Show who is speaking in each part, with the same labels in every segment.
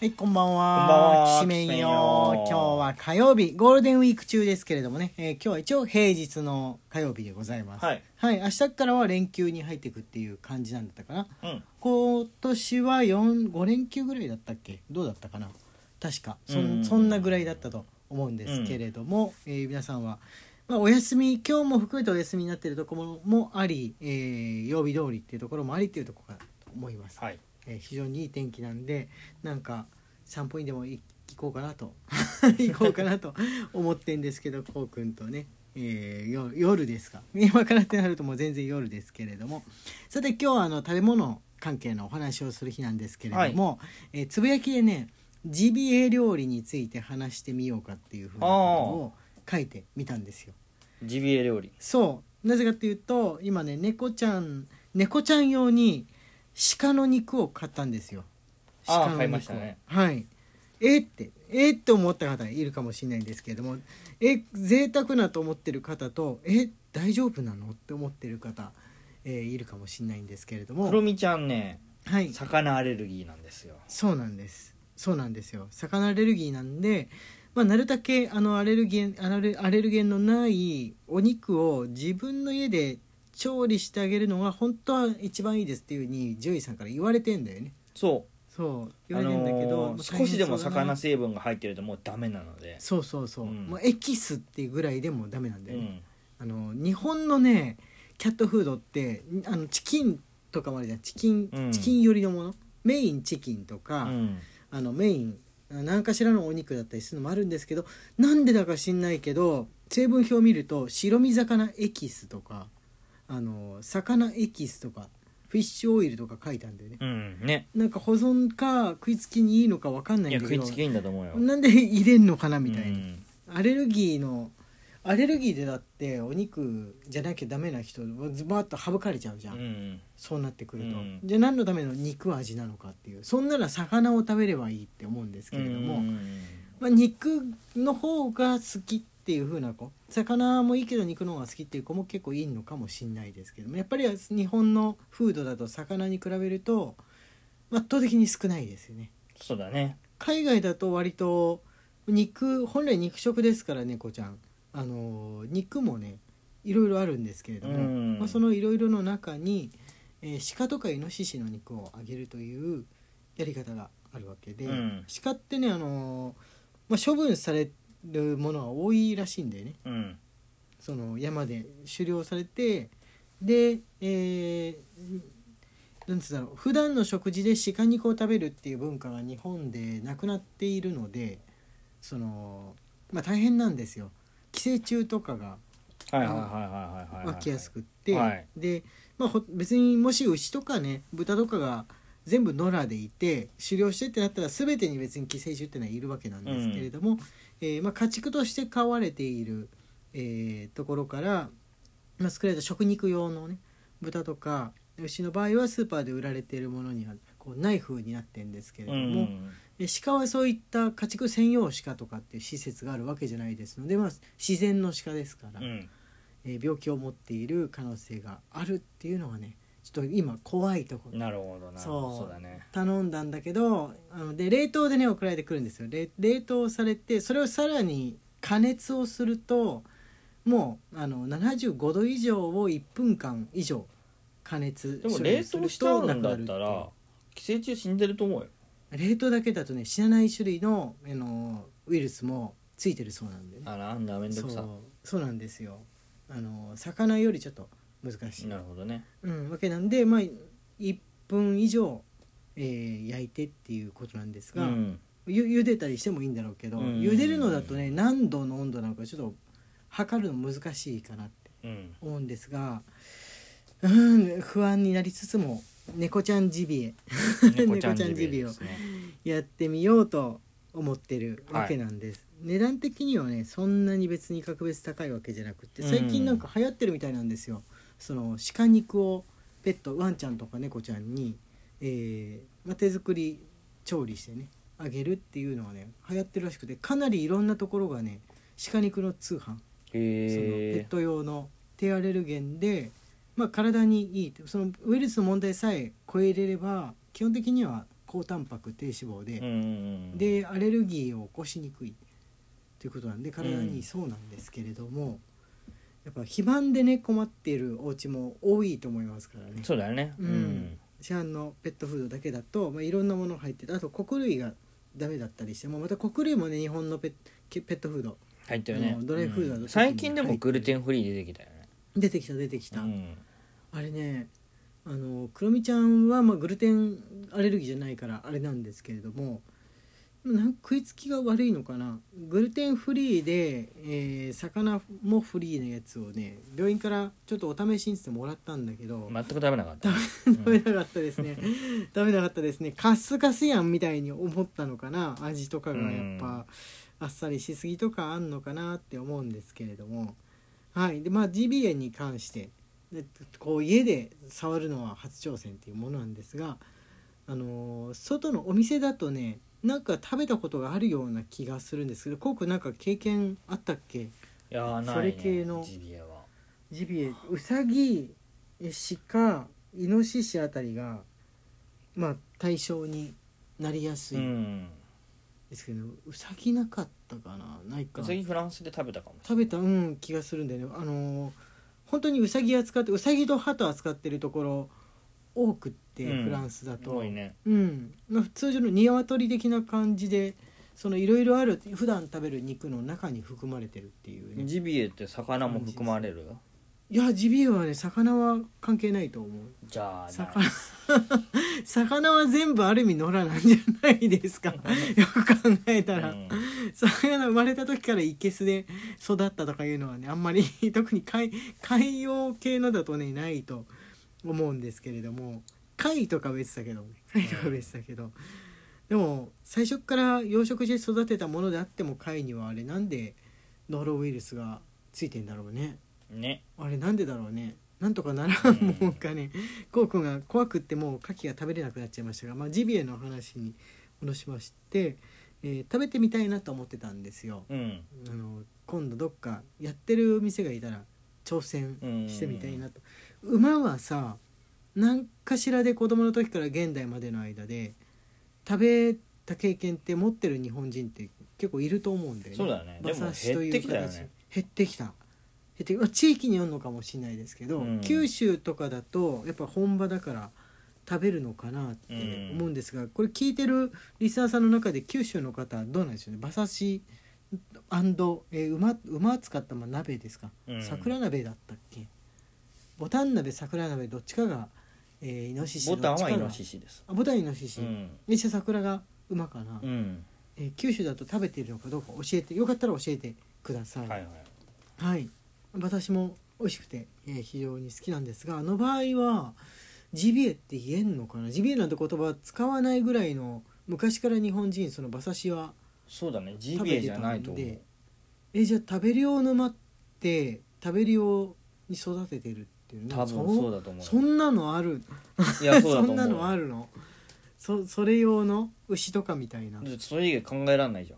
Speaker 1: はい、こんばんは。
Speaker 2: こんばんは
Speaker 1: きしめんよ。今
Speaker 2: きしめんよ
Speaker 1: 日は火曜日、ゴールデンウィーク中ですけれどもね、えー今日は一応平日の火曜日でございます。
Speaker 2: はい。
Speaker 1: 明日からは連休に入っていくっていう感じなんだったかな。
Speaker 2: うん。
Speaker 1: 今年は四5連休ぐらいだったっけどうだったかな確かそ
Speaker 2: うんん
Speaker 1: そんなぐらいだったと思うんですけれども、えー皆さんは、まあ、お休み今日も含めてお休みになっているところもあり、えー曜日通りっていうところもありっていうところかと思います、
Speaker 2: はい。
Speaker 1: えー非常にいい天気なんでなんか散歩にでも行行こうかなと行こうかなと思ってんですけどこうくんとね、えーよ夜ですか今からってなるともう全然夜ですけれどもさて今日はあの食べ物関係のお話をする日なんですけれども、えーつぶやきでねジビエ料理について話してみようかっていうふうなことを書いてみたんですよ。
Speaker 2: ジビエ料理。
Speaker 1: そうなぜかっていうと今ね猫ちゃん猫ちゃん用に鹿の肉を買ったんですよ
Speaker 2: あー
Speaker 1: を
Speaker 2: 買いましたね
Speaker 1: はいえーってえーって思った方いるかもしれないんですけれどもえ贅沢なと思ってる方とえ大丈夫なのって思ってる方、えーいるかもしれないんですけれども
Speaker 2: クロミちゃんね、
Speaker 1: はい
Speaker 2: 魚アレルギーなんですよ。
Speaker 1: そうなんですそうなんですよ魚アレルギーなんで、まあ、なるだけあのアレルゲンアレアレルゲンのないお肉を自分の家で調理してあげるのが本当は一番いいですっていうふうに獣医さんから言われてんだよね
Speaker 2: そ
Speaker 1: そう
Speaker 2: う。
Speaker 1: 言われてんだけど、
Speaker 2: あのー
Speaker 1: まあ
Speaker 2: 少しで
Speaker 1: 大変そ
Speaker 2: も
Speaker 1: うだ
Speaker 2: 魚
Speaker 1: な
Speaker 2: 成分が入ってるともうダメなので。
Speaker 1: そうそうそう、
Speaker 2: うん
Speaker 1: もうエキスっていうぐらいでもダメなんだ
Speaker 2: う
Speaker 1: よね、
Speaker 2: ん。
Speaker 1: あの日本のねキャットフードってあのチキンとかもあるじゃんチキン、
Speaker 2: うん
Speaker 1: チキン寄りのものメインチキンと
Speaker 2: う
Speaker 1: か、
Speaker 2: ん。
Speaker 1: あのメイン何かしらのお肉だったりするのもあるんですけどなんでだか知んないけど成分表を見ると白身魚エキスとかあの魚エキスとかフィッシュオイルとか書いたんだよね、
Speaker 2: うん。ね。
Speaker 1: なんか保存か食いつきにいいのか分かんないい
Speaker 2: や
Speaker 1: んだ
Speaker 2: 食
Speaker 1: け
Speaker 2: い
Speaker 1: ど
Speaker 2: つきいいんだと思うよ。
Speaker 1: なんで入れんのかなみたいな、
Speaker 2: うん
Speaker 1: アレルギーのアレルギーでだってお肉じゃなきゃダメな人はズバッと省かれちゃうじゃん、
Speaker 2: うん。
Speaker 1: そうなってくると、
Speaker 2: うん
Speaker 1: じゃあ何のための肉味なのかっていうそんなら魚を食べればいいって思うんですけれども、
Speaker 2: うん
Speaker 1: まあ、肉の方が好きっていう風な子魚もいいけど肉の方が好きっていう子も結構いいのかもしれないですけどもやっぱり日本のフードだと魚に比べると圧倒的に少ないですよね
Speaker 2: そうだね。
Speaker 1: 海外だと割と肉本来肉食ですから猫ちゃんあの肉もねいろいろあるんですけれども、
Speaker 2: うん
Speaker 1: まあ、そのいろいろの中に、えー鹿とかイノシシの肉をあげるというやり方があるわけで、
Speaker 2: うん
Speaker 1: 鹿ってねあのー、まあ、処分されるものは多いらしいんだよね
Speaker 2: うん。
Speaker 1: その山で狩猟されてで、えーなんつうんだろう普段の食事で鹿肉を食べるっていう文化が日本でなくなっているのでその、まあ、大変なんですよ。寄生虫とかが
Speaker 2: はいはいはいはいはいはい。
Speaker 1: 湧きやすくって、
Speaker 2: はい
Speaker 1: で、まあ、ほ別にもし牛とかね豚とかが全部野良でいて狩猟してってなったら全てに別に寄生虫ってのはいるわけなんですけれども、えーまあ、家畜として飼われている、えーところから、まあ、作られた食肉用のね豚とか牛の場合はスーパーで売られているものにはこうない風になってるんですけれど
Speaker 2: う
Speaker 1: も。
Speaker 2: ん。
Speaker 1: で鹿はそういった家畜専用鹿とかっていう施設があるわけじゃないですので、まあ、自然の鹿ですから、
Speaker 2: うん。
Speaker 1: えー病気を持っている可能性があるっていうのがねちょっと今怖いところ
Speaker 2: なるほどな。
Speaker 1: そう
Speaker 2: そうだね。
Speaker 1: 頼んだんだけどあので冷凍でね送られてくるんですよ冷冷凍されてそれをさらに加熱をするともうあの75度以上を1分間以上加熱
Speaker 2: でも
Speaker 1: 処
Speaker 2: 冷
Speaker 1: 理す
Speaker 2: 凍
Speaker 1: る
Speaker 2: してあ
Speaker 1: と
Speaker 2: る
Speaker 1: なんく
Speaker 2: だ
Speaker 1: な
Speaker 2: っ
Speaker 1: るって
Speaker 2: た
Speaker 1: いう
Speaker 2: ら寄生虫死んでると思うよ。
Speaker 1: 冷凍だけだとね死なない種類のあのウイルスもついてるそうなんでね
Speaker 2: あら、なんだめんど
Speaker 1: そ
Speaker 2: く
Speaker 1: う
Speaker 2: さ。
Speaker 1: そうなんですよあの魚よりちょっと難しい
Speaker 2: なるほどね。
Speaker 1: うん、わけなんで、まあ、1分以上、えー焼いてっていうことなんです
Speaker 2: う
Speaker 1: が、
Speaker 2: ん。
Speaker 1: ゆ茹でたりしてもいいんだろうけど、
Speaker 2: うん
Speaker 1: 茹でるのだとね何度の温度なのかちょっと測るの難しいかなって
Speaker 2: うん。
Speaker 1: 思うんですが、うん、不安になりつつも猫ちゃんジビエ
Speaker 2: 猫ちゃんジビエですね。
Speaker 1: やってみようと思ってるわけなんです、値段的にはねそんなに別に格別高いわけじゃなくて
Speaker 2: うん
Speaker 1: 最近なんか流行ってるみたいなんですよ、その鹿肉をペットワンちゃんとか猫ちゃんに、えーまあ手作り調理してねあげるっていうのはね流行ってるらしくてかなりいろんなところがね鹿肉の通販そのペッ
Speaker 2: へえ。
Speaker 1: ト用の低アレルゲンで、まあ、体にいいとそのウイルスの問題さえ超えれれば基本的には高タンパク低脂肪で、
Speaker 2: うんうん、
Speaker 1: でアレルギーを起こしにくいということなんで体にそうなんですけれども、やっぱ肥満でね困っているお家も多いと思いますからね
Speaker 2: そうだよね
Speaker 1: うん市販のペットフードだけだと、まあ、いろんなもの入っててあと穀類がダメだったりしてもうまた穀類もね日本のペッけペットフード
Speaker 2: 入ったよね
Speaker 1: あのドライフードは
Speaker 2: うん最近でもグルテンフリー出てきたよね
Speaker 1: 出てきた出てき
Speaker 2: う
Speaker 1: た、
Speaker 2: ん
Speaker 1: あれねあのクロミちゃんは、まあ、グルテンアレルギーじゃないからあれなんですけれどもなん食いつきが悪いのかなグルテンフリーで、えー魚もフリーなやつをね病院からちょっとお試しにつってもらったんだけど、
Speaker 2: 全く食べなかった
Speaker 1: 食べなかったですね食べなかったですねカスカスやんみたいに思ったのかな味とかがやっぱあっさりしすぎとかあんのかなって思うんですけれどもはいでまあ GBA に関してでこう家で触るのは初挑戦っていうものなんですがあのー外のお店だとねなんか食べたことがあるような気がするんですけどコウ君なんか経験あったっけ
Speaker 2: いやーないね
Speaker 1: それ系の
Speaker 2: ジビエは
Speaker 1: ジビエウサギ鹿イノシシあたりがまあ対象になりやす
Speaker 2: う
Speaker 1: いん
Speaker 2: ん
Speaker 1: ですけど、ウサギなかったかなないか
Speaker 2: ウサギフランスで食べたかも
Speaker 1: 食べたうん気がするんだよねあのー本当にウサギ扱ってウサギとハト扱ってるところ多くって、
Speaker 2: うん
Speaker 1: フランスだと
Speaker 2: 多いね
Speaker 1: うん、まあ通常の鶏的な感じでそのいろいろある普段食べる肉の中に含まれてるっていうね
Speaker 2: ジビエって魚も含まれる
Speaker 1: いやジビエはね魚は関係ないと思う
Speaker 2: じゃあ
Speaker 1: 魚魚 は全部ある意味野良なんじゃないです かよく考えたら、
Speaker 2: うん
Speaker 1: 魚生まれた時からいけすで育ったとかいうのはねあんまり 特に海海洋系のだとねないと思うんですけれども貝とか別だけどね貝とか別だけど、でも最初から養殖して育てたものであっても貝にはあれなんでノロウイルスがついてんだろうね
Speaker 2: ね
Speaker 1: あれなんでだろうねなんとかならんもんかね、こうくんが怖くってもう牡蠣が食べれなくなっちゃいましたが、まあ、ジビエの話に戻しまして、えー食べてみたいなと思ってたんですよ
Speaker 2: うん
Speaker 1: あの今度どっかやってる店がいたら挑戦してみたいなと、馬はさ何かしらで子供の時から現代までの間で食べた経験って持ってる日本人って結構いると思うんだよね
Speaker 2: そうだねで
Speaker 1: 馬
Speaker 2: も
Speaker 1: 刺しと
Speaker 2: 減
Speaker 1: い
Speaker 2: っ
Speaker 1: う
Speaker 2: てきたよ
Speaker 1: 形
Speaker 2: ね
Speaker 1: 減ってきた減ってきたまあ地域によるのかもしれないですけど、
Speaker 2: うん
Speaker 1: 九州とかだとやっぱ本場だから食べるのかなって思うんですが、これ聞いてるリスナーさんの中で九州の方どうなんでしょうね馬刺しアンド、えー馬馬使ったまあ鍋ですか、
Speaker 2: うん
Speaker 1: 桜鍋だったっけボタン鍋桜鍋どっちかが、えーイノシシ
Speaker 2: ボタンは
Speaker 1: ど
Speaker 2: イ
Speaker 1: っ
Speaker 2: ノ
Speaker 1: ちか
Speaker 2: シシです
Speaker 1: があボタンイノシシ、
Speaker 2: うん
Speaker 1: で桜が馬かな、
Speaker 2: うん
Speaker 1: えー九州だと食べているのかどうか教えてよかったら教えてください。
Speaker 2: はいはい
Speaker 1: はい、私も美味しくて、えー非常に好きなんですがあの場合はジビエって言えんのかなジビエなんて言葉は使わないぐらいの昔から日本人その馬刺しは
Speaker 2: そうだねジ
Speaker 1: 食
Speaker 2: ビ
Speaker 1: べ
Speaker 2: エ
Speaker 1: て
Speaker 2: じ
Speaker 1: た
Speaker 2: ゃ
Speaker 1: んで
Speaker 2: ないと思う
Speaker 1: えじゃあ食べる用の馬って食べる用に育ててるっていうの
Speaker 2: 多分そうだと思う
Speaker 1: そんなのある
Speaker 2: いやそ う
Speaker 1: そ
Speaker 2: だと
Speaker 1: んなのあ
Speaker 2: 思う
Speaker 1: るのそそれ用の牛とかみたいな
Speaker 2: それ以外考えられないじゃ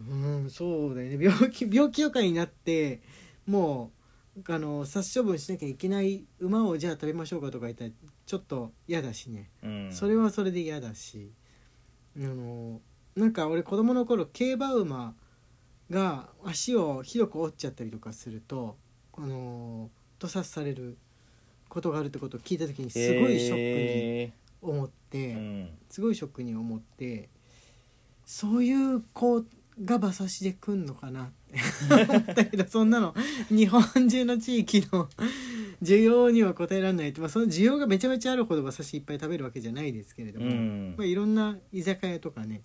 Speaker 2: ん
Speaker 1: うんそうだよね 病気病気予かになってもうあの殺処分しなきゃいけない馬をじゃあ食べましょうかとか言ったらちょっと嫌だしね、
Speaker 2: うん
Speaker 1: それはそれで嫌だしあのなんか俺子供の頃競馬馬が足をひどく折っちゃったりとかするとあの屠殺されることがあるってことを聞いた時にすごいショックに
Speaker 2: へ
Speaker 1: 思って。
Speaker 2: ーうん
Speaker 1: すごいショックに思ってそういう子が馬刺しで来んのかな って思ったけどそんなの日本中の地域の需要には応えられないって、まあ、その需要がめちゃめちゃあるほど馬刺しいっぱい食べるわけじゃないですけれど
Speaker 2: う
Speaker 1: も、
Speaker 2: ん
Speaker 1: まあ、いろんな居酒屋とかね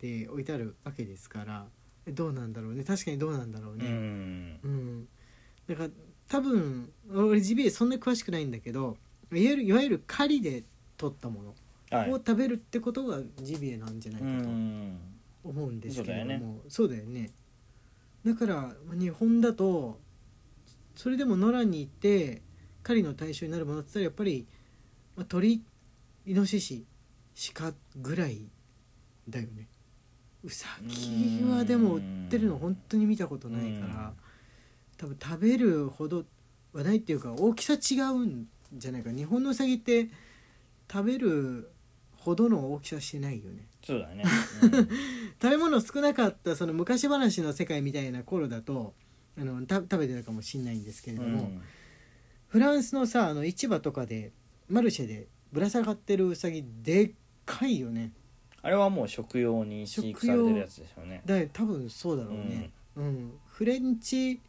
Speaker 1: で置いてあるわけですからどうなんだろうね確かにどうなんだろう
Speaker 2: う
Speaker 1: ね。
Speaker 2: ん
Speaker 1: うん、だから多分俺ジビエそんなに詳しくないんだけどいわゆるいわゆる狩りで取ったもの
Speaker 2: はい
Speaker 1: を食べるってことがジビエなんじゃないうかと
Speaker 2: ん
Speaker 1: 思うんですけれど
Speaker 2: そうだよ
Speaker 1: も、そうだよねだから日本だとそれでも野良にいて狩りの対象になるものって言ったらやっぱり、まあ、鳥イノシシ鹿ぐらいだよねウサギはでも売ってるの本当に見たことないから多分食べるほどはないっていうか大きさ違うんじゃないか日本のウサギって食べるほどの大きさしてないよね
Speaker 2: そうだね、
Speaker 1: 食べ物少なかったその昔話の世界みたいな頃だとあのた食べてたかもしんないんですけれ
Speaker 2: う
Speaker 1: ど
Speaker 2: ん
Speaker 1: も、フランスのさあの市場とかでマルシェでぶら下がってるウサギでっかいよね
Speaker 2: あれはもう食用に飼育されてるやつでしょうね
Speaker 1: だ多分そうだろうね、うんフレンチ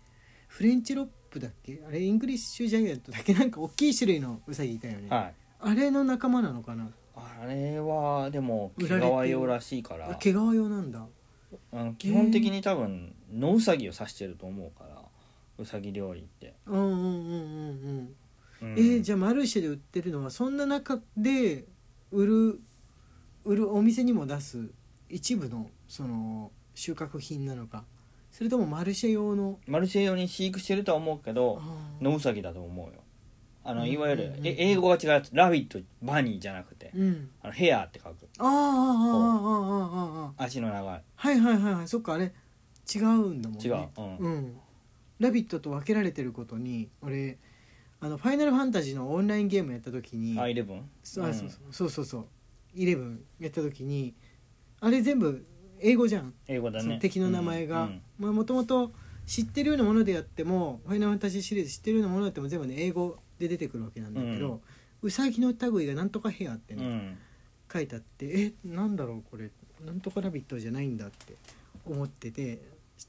Speaker 1: フレンチロップだっけあれイングリッシュジャイアントだっけなんか大きい種類のウサギいたよね、
Speaker 2: はい
Speaker 1: あれの仲間なのかな
Speaker 2: あれはでも毛
Speaker 1: 売られてる
Speaker 2: 皮用らしいか
Speaker 1: あ
Speaker 2: ら
Speaker 1: 毛皮用なんだ
Speaker 2: あの基本的に多分野うさぎを指してると思うからうさぎ料理って、
Speaker 1: うんうんうんうんうん
Speaker 2: うん
Speaker 1: えーじゃあマルシェで売ってるのはそんな中で売る売るお店にも出す一部のその収穫品なのかそれともマルシェ用の
Speaker 2: マルシェ用に飼育してるとは思うけど
Speaker 1: あー
Speaker 2: 野うさぎだと思うよあ
Speaker 1: う
Speaker 2: の
Speaker 1: ん
Speaker 2: いわゆる、
Speaker 1: うん
Speaker 2: え英語が違うやつラビットバニーじゃなくて
Speaker 1: うん
Speaker 2: あのヘアって書く
Speaker 1: あーあーあーあーあーあーあー
Speaker 2: 足の長い
Speaker 1: はいはいはいはいそっかあれ違うんだもんね
Speaker 2: 違う、うん
Speaker 1: うん「ラビット!」と分けられてることに俺あの「ファイナルファンタジー」のオンラインゲームやった時に
Speaker 2: アイレブン
Speaker 1: そうあそうそうそうそうそうイレブンやった時にあれ全部英語じゃん
Speaker 2: 英語だ
Speaker 1: その
Speaker 2: ね
Speaker 1: 敵の名前
Speaker 2: う
Speaker 1: が
Speaker 2: ん
Speaker 1: まあもともと知ってるようなものであっても「ファイナルファンタジー」シリーズ知ってるようなものであっても全部ね英語で出てくるわけなんだけど、うさぎの類がなんとかヘアって
Speaker 2: うん
Speaker 1: ね、書いてあってえなんだろうこれなんとか「ラビット!」じゃないんだって思ってて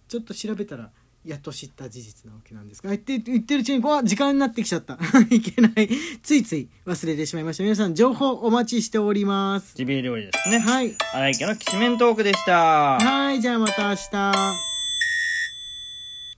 Speaker 1: ちょっと調べたらやっと知った事実なわけなんですが言って言ってるうちにわ時間になってきちゃった いけないついつい忘れてしまいました皆さん情報お待ちしております
Speaker 2: ジビエ料理ですね
Speaker 1: はい
Speaker 2: 荒井家のきしめんトークでした
Speaker 1: はいじゃあまた明日